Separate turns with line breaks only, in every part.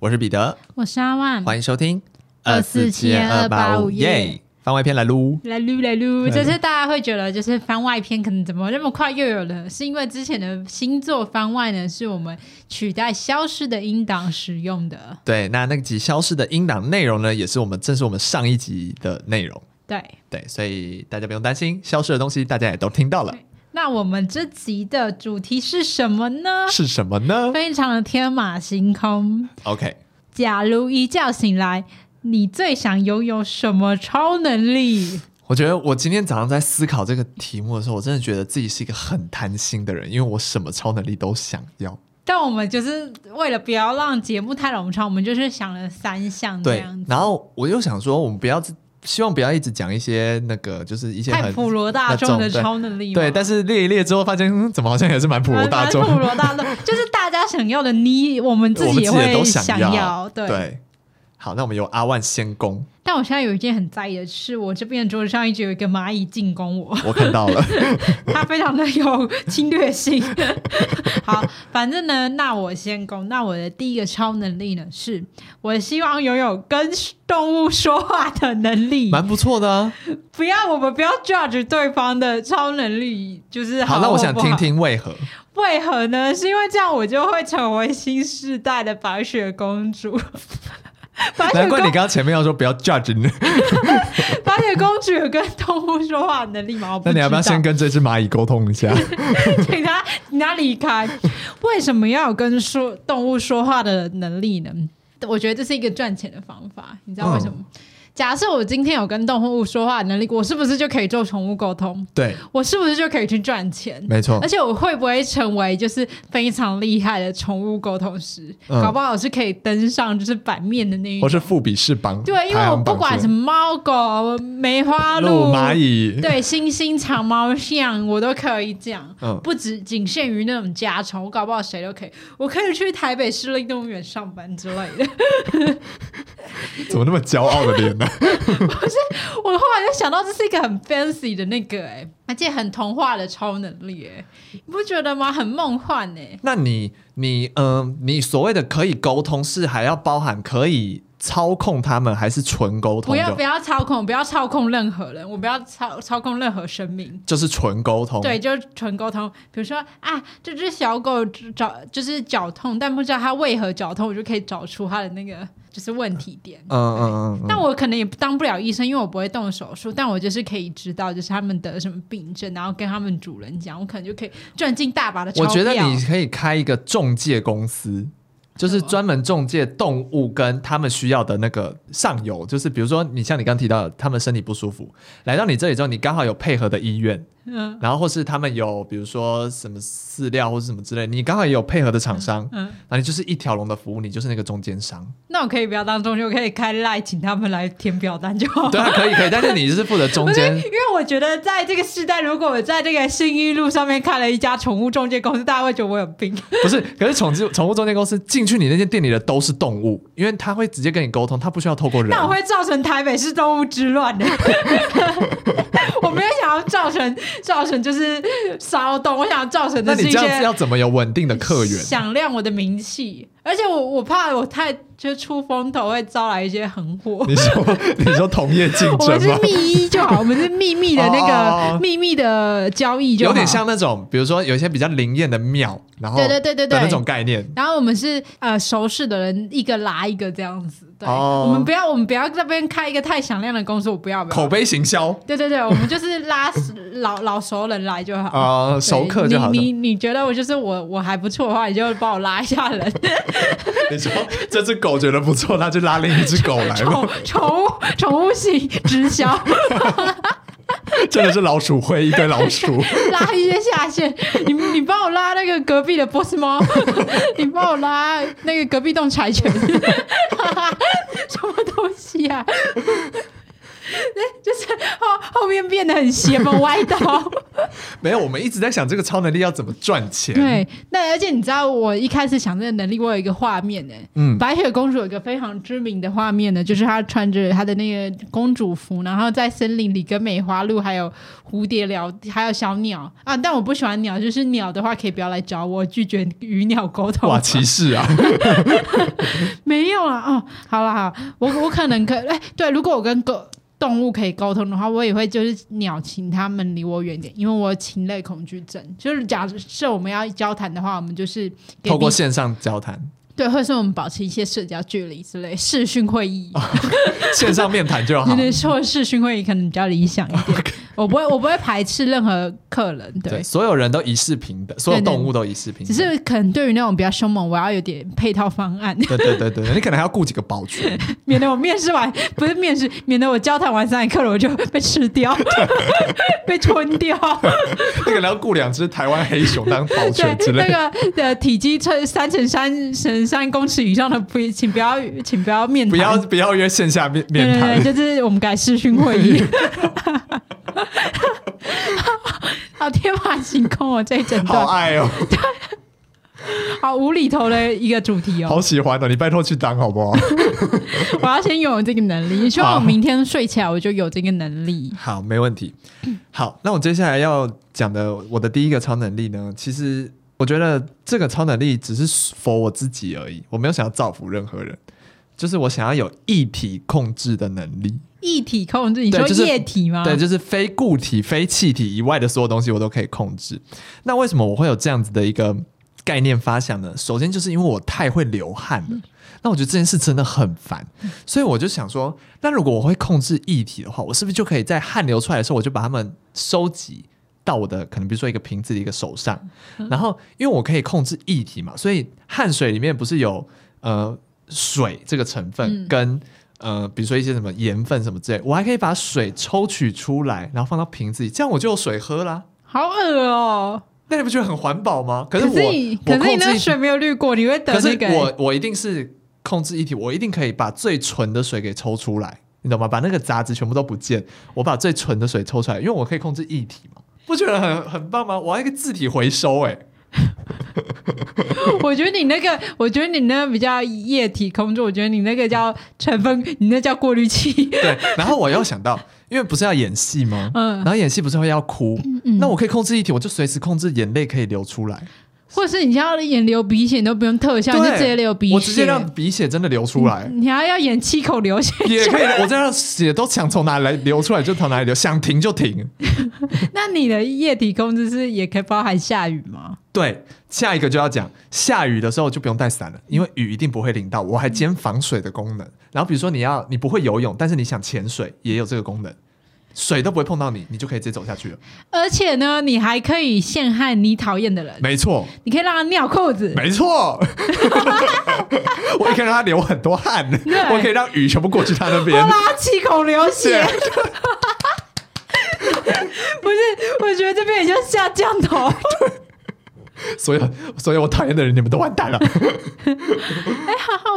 我是彼得，
我是阿万，
欢迎收听
2472858
耶！番外篇来撸，
来撸来撸，
来撸
就是大家会觉得就是番外篇可能怎么那么快又有了，是因为之前的星座番外呢是我们取代消失的音档使用的，
对，那那集消失的音档内容呢，也是我们正是我们上一集的内容，
对。
对，所以大家不用担心，消失的东西大家也都听到了，
那我们这集的主题是什么 呢？
是什么呢
非常的天马行空。
？OK，
假如一觉醒来，你最想拥有什么超能力？
我觉得我今天早上在思考这个题目的时候，我真的觉得自己是一个很贪心的人，因为我什么超能力都想要。
但我们就是为了不要让节目太冗长，我们就是想了三项这
对
样，子，
然后我又想说，我们不要自希望不要一直讲一些那个，就是一些
太
很
普罗大众的超能力嘛。
对，但是列一列之后发现，嗯，怎么好像也是 蛮普罗大众
蛮，普罗啊大众 就是大家想要的你，我们自
我
己
们
也
自己也
会
都
想
要。
对。
好，那我们由阿万先攻，
但我现在有一件很在意的事，我这边的桌子上一直有一个蚂蚁进攻我，
我看到了，
它非常的有侵略性。 好，反正呢，那我先攻。那我的第一个超能力呢，是我希望拥有跟动物说话的能力。
蛮不错的啊。
不要，我们不要 judge 对方的超能力，就是
好，那
我
我想听听为何？
为何呢？是因为这样我就会成为新时代的白雪 公主。白雪
难怪
公
你刚刚前面要说不要 judge 呢，
白雪公主有跟动物说话的能力吗？我不
那你要不要
知道
先跟这只蚂蚁沟通一下？
请他请他离开？为什么要有跟说动物说话的能力呢？我觉得这是一个赚钱的方法，你知道为什么？
嗯
假设我今天有跟动物说话的能力，我是不是就可以做宠物沟通？
对，
我是不是就可以去赚钱？
没错
而，且我会不会成为就是非常厉害的宠物沟通师？
嗯
搞不好我是可以登上就是版面的那一
我
种。
是富比士榜，
对，因为
排
我
行
不
榜
管
是
什么猫狗、梅花
鹿
鹿、
蚂蚁，
对，猩猩、长毛象，我都可以讲，
嗯
不止仅限于那种家宠，我搞不好谁都可以。我可以去台北市立动物园上班之类的。
怎么那么骄傲的脸呢？
我后来就想到，这是一个很 fancy 的那个、哎，而且很童话的超能力、哎，你不觉得吗？很梦幻、哎。
那你你嗯、你所谓的可以沟通，是还要包含可以操控他们，还是纯沟通
不要
就？
不要操控，不要操控任何人，我不要操操控任何生命。
就是纯沟通。
对，就是纯沟通。比如说啊，这只小狗只找就是脚痛，但不知道它为何脚痛，我就可以找出它的那个就是问题点。
嗯，嗯嗯嗯嗯。
但我可能也当不了医生，因为我不会动手术，但我就是可以知道，就是他们得什么病症，然后跟他们主人讲，我可能就可以赚进大把的钞
我
票。
觉得你可以开一个中介公司，就是专门中介动物跟他们需要的那个上游，就是比如说你像你刚提到的，他们身体不舒服，来到你这里之后，你刚好有配合的医院，
嗯
然后或是他们有比如说什么饲料或是什么之类，你刚好也有配合的厂商，
嗯，
然后你就是一条龙的服务，你就是那个中间商。
那我可以不要当中介，我可以开赖请他们来填表单就好。
对啊，可以可以，但是你就是负责中间
因为我觉得在这个时代，如果我在这个信义路上面开了一家宠物中介公司，大家会觉得我有病。
不是，可是宠物宠物中介公司进去你那间店里的都是动物，因为它会直接跟你沟通，它不需要透过人。
那我会造成台北市动物之 乱的。我没有想要造成造成就是骚动，我想要造成
那
的是
你
一
这样子
些
要怎么有稳定的客源？
响亮我的名气，而且我我怕我太就是出风头会招来一些横祸。
你说你说同业竞
我
争
们是
吗？
密医就好，我们是秘密的那
哦
个秘密的交易就好，
有点像那种，比如说有一些比较灵验的庙，然后
对对对对对
的那种概念。
然后我们是呃熟识的人，一个拉一个这样子。对，
哦
我们不要，我们不要这边开一个太响亮的公司，我不要，不要
口。碑行销
对对对，我们就是拉老老熟人来就好。
啊、
对
熟客就好了。
你你你觉得我就是我我还不错的话，你就帮我拉一下 人。
你说这只狗觉得不错，那就拉另一只狗来吧
宠。宠物宠物性直销，
真的是老鼠会一堆老鼠，
拉一些下线。你你帮我拉那个隔壁的波斯猫， 你帮我拉那个隔 壁栋柴犬，什么东西啊？就是后后面变得很邪门歪道。
没有，我们一直在想这个超能力要怎么赚钱。，
对，那而且你知道，我一开始想这个能力，我有一个画面呢、
嗯，
白雪公主有一个非常知名的画面呢，就是她穿着她的那个公主服，然后在森林里跟梅花鹿还有蝴蝶聊，还有小鸟啊。但我不喜欢鸟，就是鸟的话可以不要来找我，拒绝与鸟沟通。
哇，歧视啊！
没有啊，哦，好了好，我我可能可哎，对，如果我跟狗动物可以沟通的话，我也会就是鸟，请它们离我远点，因为我有禽类恐惧症。就是假设我们要交谈的话，我们就是给
透过
彼
线上交谈、
对，或者是我们保持一些社交距离之类，视讯会议，
线上面谈就好
对。对，或者视讯会议可能比较理想一 点。我不会，我不会排斥任何客人，对。
对，所有人都一视平等，所有
对对
动物都一视平
只
等。
是可能对于那种比较凶猛，我要有点配套方案，
对对对对，你可能还要雇几个保全。
免得我面试完不是面试，免得我交谈完三节课了我就被吃掉， 被吞掉。
那个人要雇两只台湾黑熊当保全 之
对，
类
那
的。
个的体积乘三乘三乘三公尺以上的不，请不要，请不要面谈，
不要不要约线下面面
对
谈，
对对，就是我们改视讯会议。 好天马行空哦，这一整
好
段
爱哦，
好无厘头的一个主题哦。
好喜欢哦！你拜托去当好不好？
我要先拥有这个能力，希望我明天睡起来我就有这个能力。
好，没问题。好，那我接下来要讲的我的第一个超能力呢，其实我觉得这个超能力只是 for 我自己而已，我没有想要造福任何人，就是我想要有一体控制的能力。
液体控制，你
对
说
就是
液体吗？
对，就是非固体、非气体以外的所有东西，我都可以控制。那为什么我会有这样子的一个概念发想呢？首先就是因为我太会流汗了。那我觉得这件事真的很烦，所以我就想说，那如果我会控制液体的话，我是不是就可以在汗流出来的时候，我就把它们收集到我的可能，比如说一个瓶子、一个手上，然后因为我可以控制液体嘛，所以汗水里面不是有呃水这个成分
嗯
跟、呃比如说一些什么盐分什么之类，我还可以把水抽取出来，然后放到瓶子里，这样我就有水喝啦。
好恶哦、
那你不觉得很环保吗？可是
可
我
是你，
我
可是你
控
那
制
个
一
水没有滤过，你会
可
得那
是
个、
我我一定是控制一体，我一定可以把最纯的水给抽出来，你懂吗？把那个杂质全部都不见，我把最纯的水抽出来，因为我可以控制一体嘛，不觉得很很棒吗？我还可以自体回收、欸，
我觉得你那个，我觉得你那个比较液体控制，我觉得你那个叫成分，你那叫过滤器。
对，然后我又想到，因为不是要演戏吗？
嗯
然后演戏不是会要哭，
嗯
那我可以控制一体，我就随时控制眼泪可以流出来，
或者是你现在要演流鼻血，你都不用特效，你就
对
直接流鼻血，
我直接让鼻血真的流出来。
你还要演七口流 血。
也可以，我这样血都想从哪里来流出来就从哪里流，想停就停。
那你的液体控制是也可以包含下雨吗？
对，下一个就要讲下雨的时候就不用带伞了，因为雨一定不会淋到。我还兼防水的功能。然后比如说你要你不会游泳，但是你想潜水也有这个功能，水都不会碰到你，你就可以直接走下去了。
而且呢，你还可以陷害你讨厌的人，
没错，
你可以让他尿裤子。
没错，我也可以让他流很多汗，
对
我可以让雨全部过去他那
我
边
让。他七口流血，
对啊
不是？我觉得这边也就下降头。
所以，所以我讨厌的人，你们都完蛋了，
好好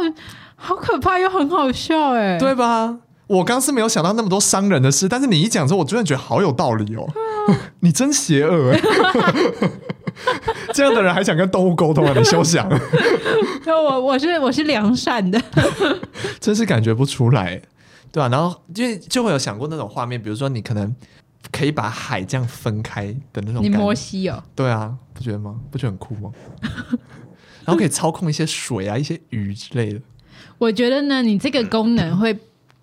好可怕，又很好笑哎、
对吧？我刚是没有想到那么多伤人的事，但是你一讲之后，我突然觉得好有道理哦。 你真邪恶、欸， 这样的人还想跟动物沟通啊？你休想，
对，我我是我是良善的。
真是感觉不出来、欸对啊，然后因为就会有想过那种画面，比如说你可能可以把海这样分开的那种
你
感
摩
觉。
西哦，
对啊，不觉得吗？不觉得很酷吗？ 然后可以操控一些水啊、一些鱼之类的。
我觉得呢，你这个功能会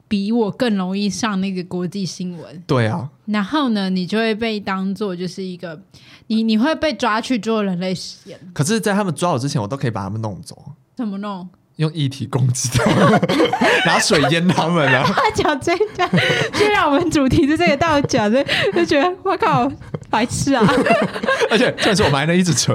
比我更容易上那个国际新闻，
对啊，
然后呢，你就会被当做就是一个你你会被抓去做人类实验，
可是，在他们抓我之前，我都可以把他们弄走，
怎么弄？
用液体攻击他们， 拿水淹他们啊！
他讲这一段，虽然我们主题是这个，但我讲这就觉得我靠，白痴啊！
而且，重点是我们还能一直扯，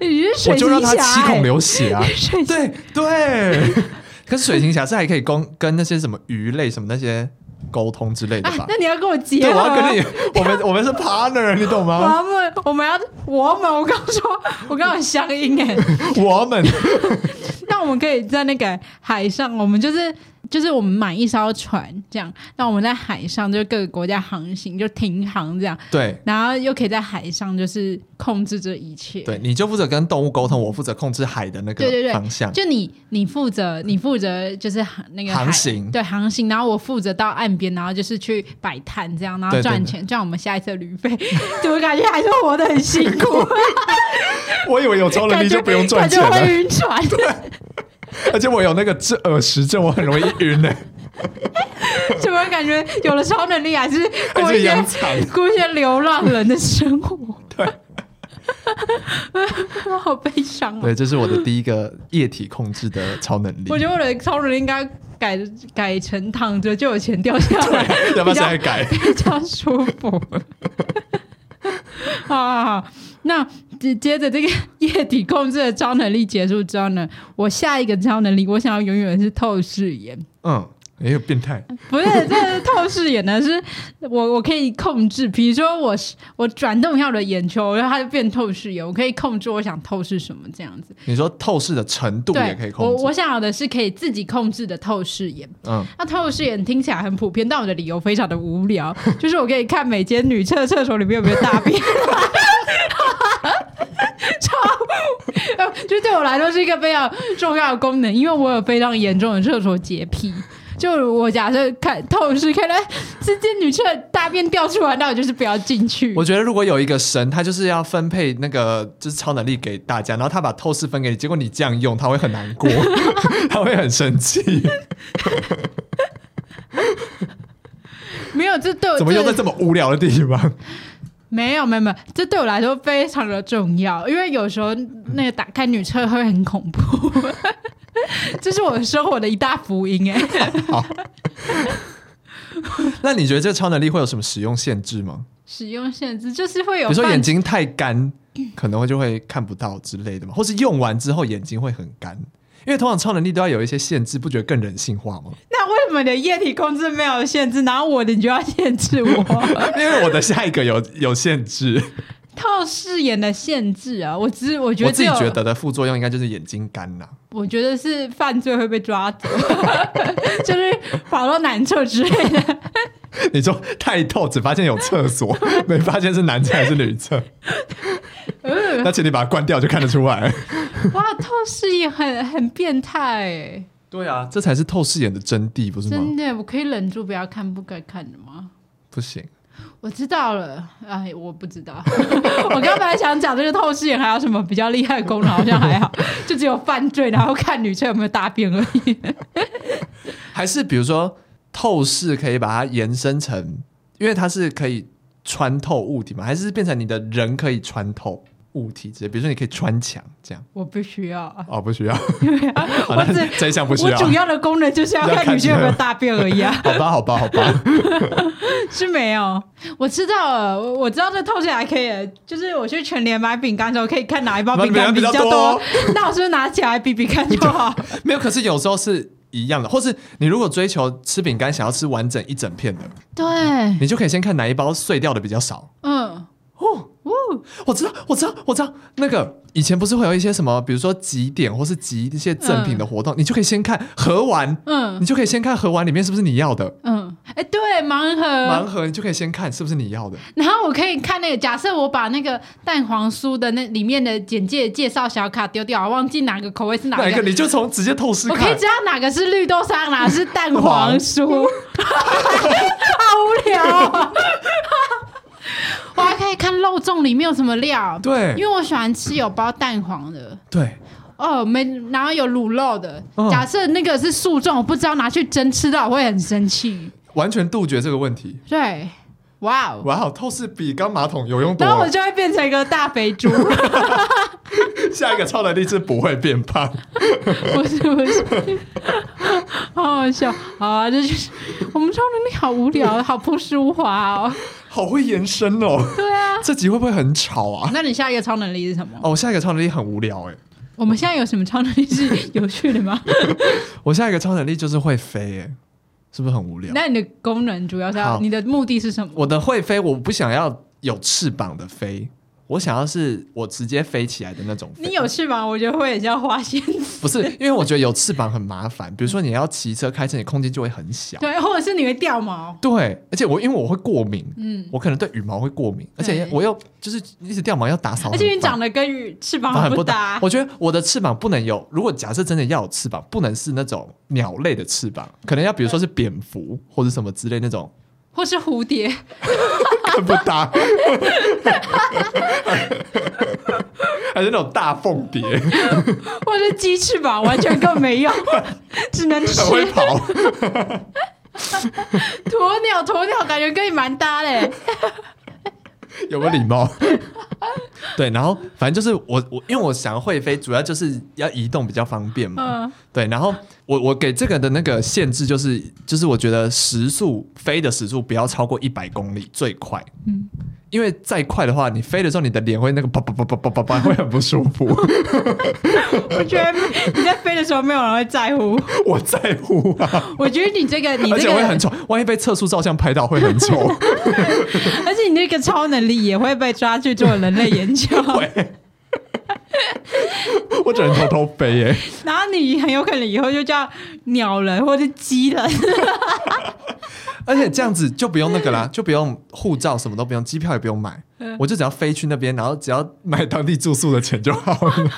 你是
我
水
就让
行
他
侠、哎欸
七孔流血啊！
水
对对， 可是水行侠是还可以攻跟那些什么鱼类什么那些沟通之类的
啊
吧？！
那你要跟我结
对，
合
我
啊，
要跟你， 我们我们是 partner，你懂吗？
我们我们要我们，我刚说，我刚有乡 音哎、
我们
那我们可以在那个海上，我们就是就是我们买一艘船这样，那我们在海上就各个国家航行，就停航这样，
对
然后又可以在海上就是控制这一切。
对，你就负责跟动物沟通，我负责控制海的那
对对
个
对
方向。
就你，你负责，你负责就是航那个海
航行
对航行，然后我负责到岸边，然后就是去摆摊这样，然后
对对
赚
对
钱，赚我们下一次的旅费。就我感觉还是活得很辛 苦，
我以为有超能
感
力
觉
就不用赚钱
感觉
了，
会晕船。
而且我有那个治耳石症，我很容易晕欸 呢，
怎么感觉有了超能力还是
还
过
是一
一些
样惨。
过一些流浪人的生活？
对，
我 好悲伤啊！
对，这是我的第一个液体控制的超能力。
我觉得我的超能力应该改改成躺着就有钱掉下来，
要不要
比较
现在 改？
比较舒 服。好好好，那接接着这个液体控制的超能力结束之后呢，我下一个超能力，我想要永远是透视眼。
嗯，也有变态。
不是，这个透视眼呢，是我我可以控制，比如说我是我转动一下我的眼球，然后它就变透视眼，我可以控制我想透视什么这样子。
你说透视的程度也可以
对，我
控制。
我想要的是可以自己控制的透视眼。
嗯，
那透视眼听起来很普遍，但我的理由非常的无聊，就是我可以看每间女厕厕所里面有没有大便。 超，呃就对我来说是一个非常重要的功能，因为我有非常严重的厕所洁癖。就我假设看透视，看到哎这间女厕大便掉出来，那我就是不要进去。
我觉得如果有一个神，他就是要分配那个就是超能力给大家，然后他把透视分给你，结果你这样用，他会很难过， 他会很生气。
没有，这 对我
怎么用在
这
这么无聊的地方？
没有没有没有，这对我来说非常的重要，因为有时候那个打开女厕会很恐怖， 这是我生活的一大福音哎。
那你觉得这个超能力会有什么使用限制吗？
使用限制就是会
比
有嗯
如
犯，
说眼睛太干，可能会就会看不到之类的嘛，或是用完之后眼睛会很干。因为通常超能力都要有一些限制，不觉得更人性化 吗？
那为什么你的液体控制没有限制，然后我的你就要限制 我
因为我的下一个有有限制，
透视眼的限制啊？我只我觉
我
得
自
只
己
有
觉得的副作用应该就是眼睛干呐、
我觉得是犯罪会被抓走， 就是跑到男厕之类的。
你说太透，只发现有厕 所，没发现是男厕还是女厕。
呃
那请你把它关掉，就看得出 来。
哇，透视眼很很变态哎。
对啊，这才是透视眼的真谛，不是吗
真？的，我可以忍住不要看不该看的吗？
不行，
我知道了，哎，我不知道。 我刚本来想讲这个透视眼还有什么比较厉害的功能，好像还好， 就只有犯罪，然后看女生有没有大便而已。
还是比如说透视可以把它延伸成，因为它是可以穿透物体嘛，还是变成你的人可以穿透物体之类？比如说你可以穿墙这样。
我不需要啊，
哦，不需要， 好
我只
那这一项不需
我
要。
主要的功能就是要看女生有没有大便而已啊，
好吧，好吧，好吧。
是没有。我知道了，我我知道这透视眼还可以，就是我去全联买饼干的时候可以看哪一包饼干比较
哪一包饼干
多，那我是不是拿起来比比看就 好？
没有，可是有时候是一样的，或是你如果追求吃饼干，想要吃完整一整片的，
对，
你就可以先看哪一包碎掉的比较少。
嗯，
哦，
哦，
我知道，我知道，我知道。那个以前不是会有一些什么，比如说集点或是集一些赠品的活动，你就可以先看盒玩，
嗯。
你就可以先看盒玩里面是不是你要的。
嗯，哎，对，盲盒。
盲盒你就可以先看是不是你要的，
然后我可以看那个，假设我把那个蛋黄酥的那里面的简介介绍小卡丢掉，忘记哪个口味是哪
哪一
个
个，你就从直接透视
我可以
看
知。道哪个是绿豆沙，哪个是蛋 黄酥，好无聊、哦。我还可以看肉粽里面有什么料，因
对
为我喜欢吃有包蛋黄的。
对，
哦，没，然后有卤肉的。
嗯
假设那个是素粽，我不知道拿去蒸吃到，我会很生气。
完全杜绝这个问题。
对，哇哦，
哇哦，透视比刚马桶有用多
然后我
了。
就会变成一个大肥猪，
下一个超能力是不会变胖。
不是不是， 好好笑，好啊，这就是我们超能力好无 聊，好朴实无华哦。
好会延伸哦！
对啊，
这集会不会很吵啊？
那你下一个超能力是什么？
哦，我下一个超能力很无聊哎、
我们现在有什么超能力是有趣的 吗？
我下一个超能力就是会飞哎、是不是很无聊？
那你的功能主要是要
好
你的目的是什么？
我的会飞，我不想要有翅膀的飞，我想要是我直接飞起来的那种飞。
你有翅膀，我觉得会很像花仙子，
不是？因为我觉得有翅膀很麻烦，比如说你要骑车、开车，你空间就会很小。
嗯对，或者是你会掉毛。
对，而且我因为我会过敏，
嗯，
我可能对羽毛会过敏，而且
对
我又就是一直掉毛要打扫很
而
烦，
且你长得跟羽翅膀
很
很
不
不
搭
搭。。
我觉得我的翅膀不能有，如果假设真的要有翅膀，不能是那种鸟类的翅膀，可能要比如说是蝙蝠或者什么之类那种，
或是蝴蝶，
更不搭。还是那种大凤蝶，
或是鸡翅膀，完全更没用， 只能 吃
很会跑。
鸵鸟。鸵鸟感觉跟你蛮搭嘞，
有没有礼貌？对，然后反正就是我我因为我想要会飞，主要就是要移动比较方便嘛。
嗯
对，然后我我给这个的那个限制就是就是我觉得时速飞的时速不要超过一百公里最快，
嗯
因为再快的话，你飞的时候你的脸会那个叭叭叭叭叭叭叭会很不舒 服。
我觉得你在飞的时候没有人会在乎。
我在乎啊，
我觉得你这个，你
而
这
且
个，
会很丑，万一被测速照相拍到会很丑。
而且你那个超能力也会被抓去做人类研究，
会， 我只能偷偷飞耶、
然后你很有可能以后就叫鸟人或者鸡人，
而且这样子就不用那个啦，就不用护照，什么都不用，机票也不用买，
嗯
我就只要飞去那边，然后只要买当地住宿的钱就好了。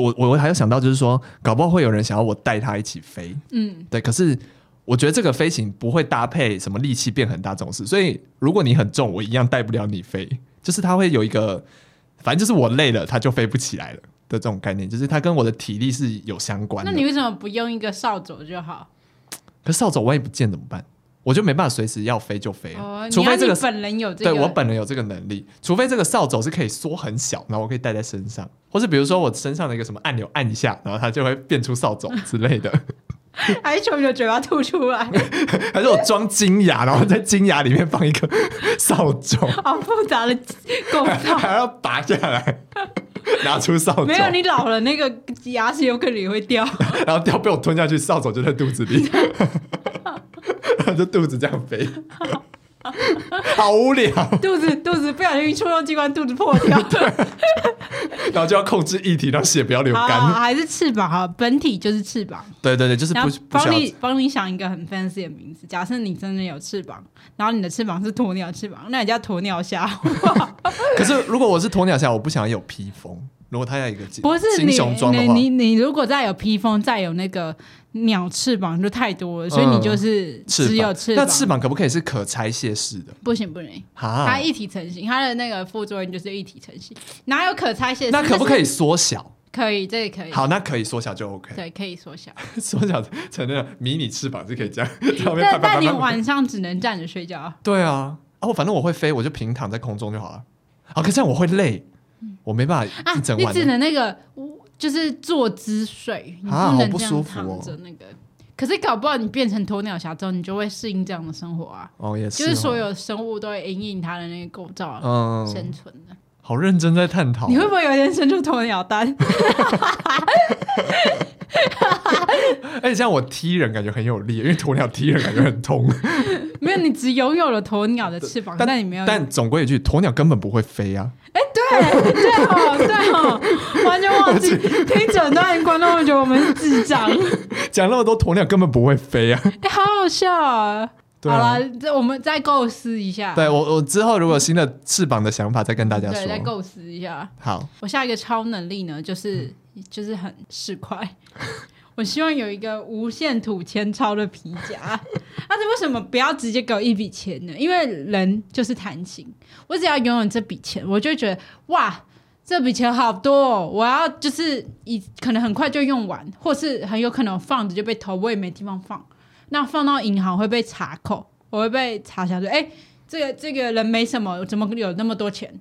我我我 还有想到就是说，搞不好会有人想要我带他一起飞，
嗯，
对，可是我觉得这个飞行不会搭配什么力气变很大这种事，所以如果你很重，我一样带不了你飞，就是它会有一个，反正就是我累了，它就飞不起来了的这种概念，就是它跟我的体力是有相关的。
那你为什么不用一个扫帚就好？
可是扫帚万一不见怎么办？我就没办法随时要飞就飞了，
哦，
除
你要
非这
你
个
本人有这
对
个，
我本人有这个能力，除非这个扫帚是可以缩很小，然后我可以带在身上，或是比如说我身上的一个什么按钮按一下，然后它就会变出扫帚之类 的，
还从你的嘴巴吐出 来，
还是我装金牙，然后在金牙里面放一个 扫帚，
好复杂的构造。
还要拔下来，拿出扫帚，
没有，你老了那个牙齿有可能也会 掉。
然后掉被我吞下去，扫帚就在肚子 里，然后就肚子这样飞，好无聊，
肚子肚子不小心触动机关，肚子破 掉。
然后就要控制液体，让血不要流
好，
干。
还是翅膀好，本体就是翅膀。
对对对，就是
然
不
后
不需要
帮你帮你想一个很 fancy 的名字。假设你真的有翅膀，然后你的翅膀是鸵鸟翅膀，那你叫鸵鸟虾。
可是如果我是鸵鸟侠，我不想有披风。如果他要一个金
不是
金
你
熊装的
你
话，
你你如果再有披风，再有那个鸟翅膀就太多了，所以你就是
嗯翅
只有
膀
翅
那
膀。
翅膀可啊不可以是可拆卸式的？
不行不行，
哈
它，一体成型，它的那个副作用就是一体成型，哪有可拆卸式？
那可不可
以？
以缩小？
可以，这个可以。
好，那可以缩小就 OK，
对，可以缩小。
缩小成那个迷你翅膀是可以这样，上面啪
但
啪
但你
啪啪。
晚上只能站着睡觉，
对啊，啊，我反正我会飞，我就平躺在空中就好了。啊，可这样我会累，我没办法
啊
一整，
你
晚
只
的。
能那个就是坐姿睡，你
啊好
能
不
这
舒
样
服
躺
哦
着那个。可是搞不好你变成鸵鸟侠之后，你就会适应这样的生活啊，
哦，也
就是是
哦
所有生物都会因应它的那个构造啊
嗯，
生存的。
好认真在探讨哦。
你会不会有点生出鸵鸟蛋？
而且这样我踢人感觉很有力，因为鸵鸟踢人感觉很 痛。
没有，你只拥有了鸵鸟的翅膀，
但
哦但你没有。
但总归一句，鸵鸟根本不会飞啊。
对对哦对哦，完全忘 记听诊断，观众会觉得我们是智障，哎，
讲那么多鸵鸟根本不会飞啊！
好好笑啊！
对
好
啊
了，这我们再构思一下。
对我，我之后如果有新的翅膀的想法，再跟大家
嗯对，再
说。
构思一下。
好，
我下一个超能力呢，就是、就是很市侩。 我希望有一个无限土千超的皮夹。 但是为什么不要直接给我一笔钱呢？因为人就是弹性，我只要拥有这笔钱，我就会觉得哇，这笔钱好多、哦，我要就是以可能很快就用完，或是很有可能放着就被偷，我也没地方放。那放到银行会被查扣，我会被查下说，哎、这个这个人没什么，怎么有那么多钱？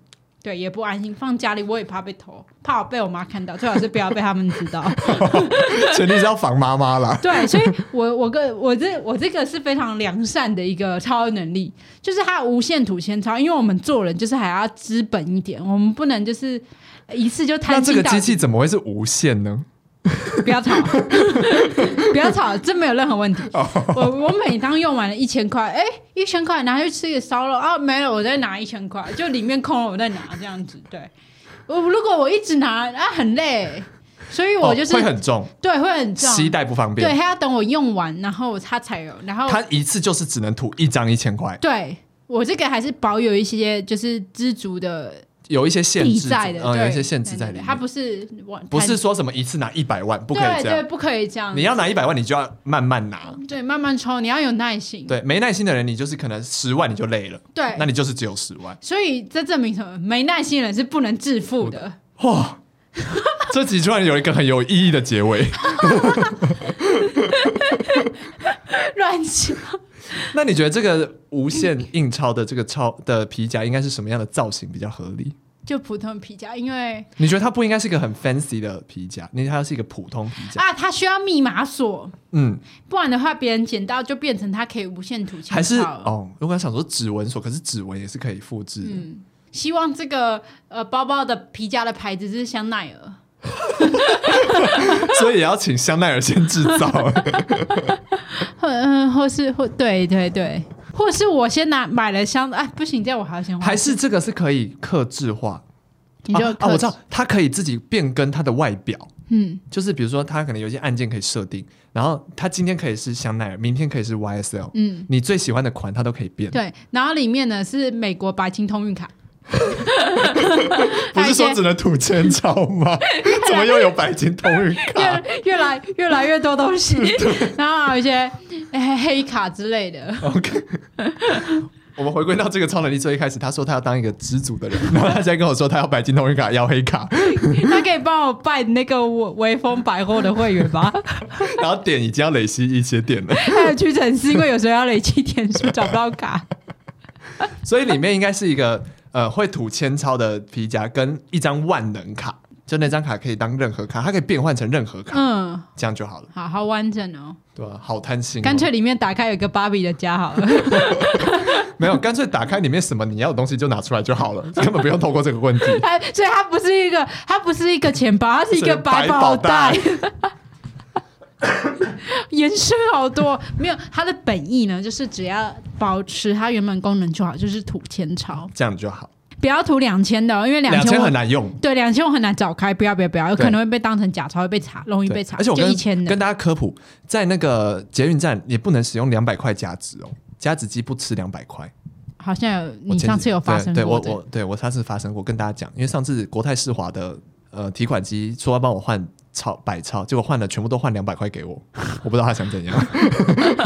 对，也不安心放家里，我也怕被偷，怕我被我妈看到，最好是不要被他们知道。
前提是要防妈妈啦。
对，所以我我个我这我这个是非常良善的一个超能力，就是它无限土先超，因为我们做人就是还要资本一点，我们不能就是一次就
那
贪
这
心
个
到
机
底。
器怎么会是无限呢？
不要吵，不要吵，这没有任何问题。
哦
我我每当用完了一千块，哎，一千块拿去吃一个烧肉啊，没了，我再拿一千块，就里面空了，我再拿这样子。对，我如果我一直拿啊，很累，所以我就是、
哦会很重，
对会很重，
携带不方
对，
便。
他要等我用完，然后他才有，然后
他一次就是只能吐一张一千块，
对我这个还是保有一些就是知足的
有一些限
地
制，
在的，
嗯，
对
有一些限制
对
在
对
里
对它
面。
不是完
不是说什么一次拿一百万，不可以
对
这样
对，。嗯不可以这样，
你要拿一百万，你就要慢慢拿。
对慢慢抽，你要有耐心，
对，没耐心的人，你就是可能十万你就累了，
对
那你就是只有十万。
所以这证明什么？没耐心的人是不能致富的。
哇， 这集突然有一个很有意义的结尾。
乱讲，
那你觉得这个无限印钞的这个钞的皮夹应该是什么样的造型比较合理？
就普通皮夹，因为
你觉得它不应该是一个很 fancy 的皮夹，你它是一个普通皮夹？
啊，它需要密码锁，
嗯，
不然的话别人捡到就变成它可以无限吐清
还是
钞了
哦，我刚想说指纹锁，可是指纹也是可以复制的。
嗯，希望这个呃包包的皮夹的牌子是香奈 儿。
所以也要请香奈儿先制 造。
或嗯、或是或对对对，或是我先拿买了香，哎，不行，这样我还要先换。
还是这个是可以克制化？
你就
啊啊，
克制
我知道，它可以自己变更它的外表，
嗯，
就是比如说它可能有一些按键可以设定，然后它今天可以是香奈儿，明天可以是 YSL，
嗯
你最喜欢的款它都可以变，
对。然后里面呢是美国白金通运卡，
不是说只能吐千钞 吗？怎么又有白金通运卡？
越越来 越来越多东西，然后还有一些哎黑卡之类的。
OK，我们回归到这个超能力最一开始，他说他要当一个知足的人，然后他现在跟我说他要白金通运卡，要黑卡，
他可以帮我办那个我微风百货的会员 吗？
然后点已经要累积一些点了，
还有屈臣氏，因为有时候要累积点数找不到卡。
所以里面应该是一个呃会吐千钞的皮夹跟一张万能卡，就那张卡可以当任何卡，它可以变换成任何卡，
嗯，
这样就好了，
好好完整哦，
对吧、好贪心、哦，
干脆里面打开有一个芭比的家好了。
没有，干脆打开里面什么你要的东西就拿出来就好了， 根本不用透过这个问 题。
它所以它不是一个，它不是一个钱包，它是一个百宝袋。 延伸好多，没有它的本意呢，就是只要保持它原本功能就好，就是吐千钞，
这样就好，
不要吐两千的哦，因为
两
千
千
我
很难用。
对两千我很难找开，不要不要不要，有
对
可能会被当成假钞，会被查，容易
对
被查。
而且我
就
跟
一千的
跟，大家科普，在那个捷运站也不能使用两百块夹子哦，夹子机不吃两百块。
好像有
我
你
前
上
几
次有发生
对对
过
我
的，
我对我上次发生过，跟大家讲，因为上次国泰世华的呃提款机说要帮我换钞百钞，结果换了全部都换两百块给我， 我不知道他想怎样。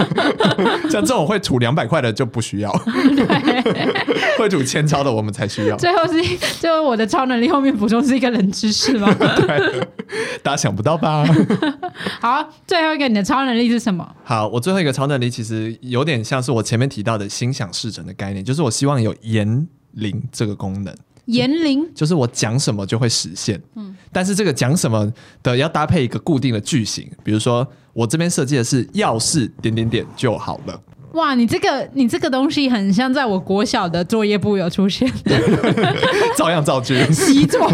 像这种会吐两百块的就不需 要，会吐千钞的我们才需要。
最后是最后我的超能力后面补充是一个冷知 识吗？
大家想不到吧？
好，最后一个你的超能力是什么？
好，我最后一个超能力其实有点像是我前面提到的心想事成的概念，就是我希望有言灵这个功能，
言灵
就是我讲什么就会实现。嗯，但是这个讲什么的要搭配一个固定的句型，比如说我这边设计的是要是点点点就好了。
哇，你这个你这个东西很像在我国小的作业簿有出现
照样造 句。
习 作，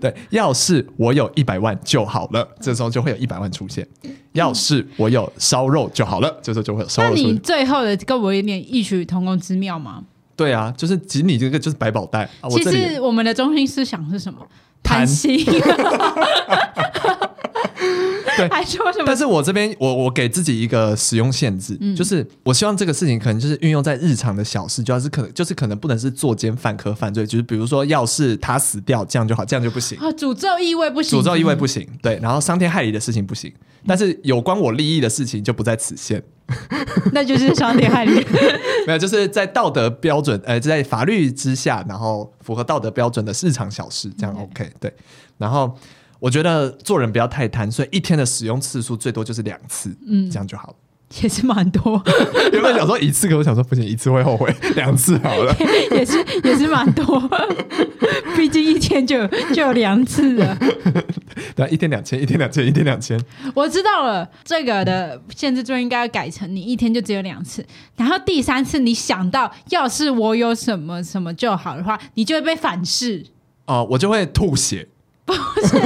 对，要是我有一百万就好了，这时候就会有一百万出现。
嗯
要是我有烧肉就好了，这时候就会有烧
那
肉出
你
现。
最后的跟我有点异曲同工之妙吗？
对啊，就是仅你这个就是百宝袋啊，我
其
这里
实我们的中心思想是什么？
贪
贪心。
对
还说什么
但？是我这边，我我给自己一个使用限制，就是我希望这个事情可能就是运用在日常的小事，就要是可能就是可能不能是作奸犯科犯罪，就是比如说要是他死掉这样就好，这样就不行，
啊，诅咒意味不行，
诅咒意味不行，对，然后伤天害理的事情不行，但是有关我利益的事情就不在此限，
那就是伤天害理。
没有，就是在道德标准，呃，在法律之下，然后符合道德标准的市场小事，这样 OK 对。然后我觉得做人不要太贪，所以一天的使用次数最多就是两次，嗯，这样就好了。
也是蛮多，
原本想说一次，可我想说不行，一次会后悔，两次好了。
也是也是蛮多， 毕竟一天就有就有两次了。
对，一天两千，一天两千，一天两千，
我知道了，这个的限制就应该要改成你一天就只有两次，然后第三次你想到要是我有什么什么就好的话，你就会被反噬。
哦、我就会吐血。不是，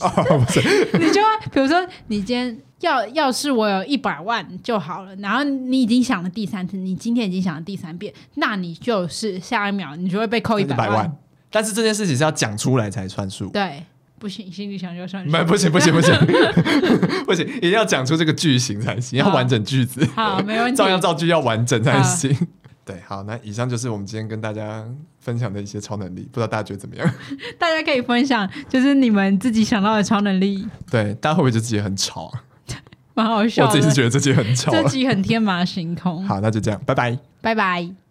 哦，不是，
你就会比如说你今天要要是我有一百万就好了，然后你已经想了第三次，你今天已经想了第三遍，那你就是下一秒你就会被扣一
一
万。
百万。但是这件事情是要讲出来才算 数，
对，不行，心里想就算
没
数。
不行不行不行 不行，一定要讲出这个句型才行，要
好
完整句子，
好，没问题
照。样造句要完整才行。 对，好，那以上就是我们今天跟大家分享的一些超能力，不知道大家觉得怎么样？
大家可以分享，就是你们自己想到的超能力，
对，大家会不会觉得自己很吵啊？
蛮好笑
我自
的。
己是觉得自己很吵啊
这
了。
集很天马行空。
好，那就这样，拜拜。
拜拜。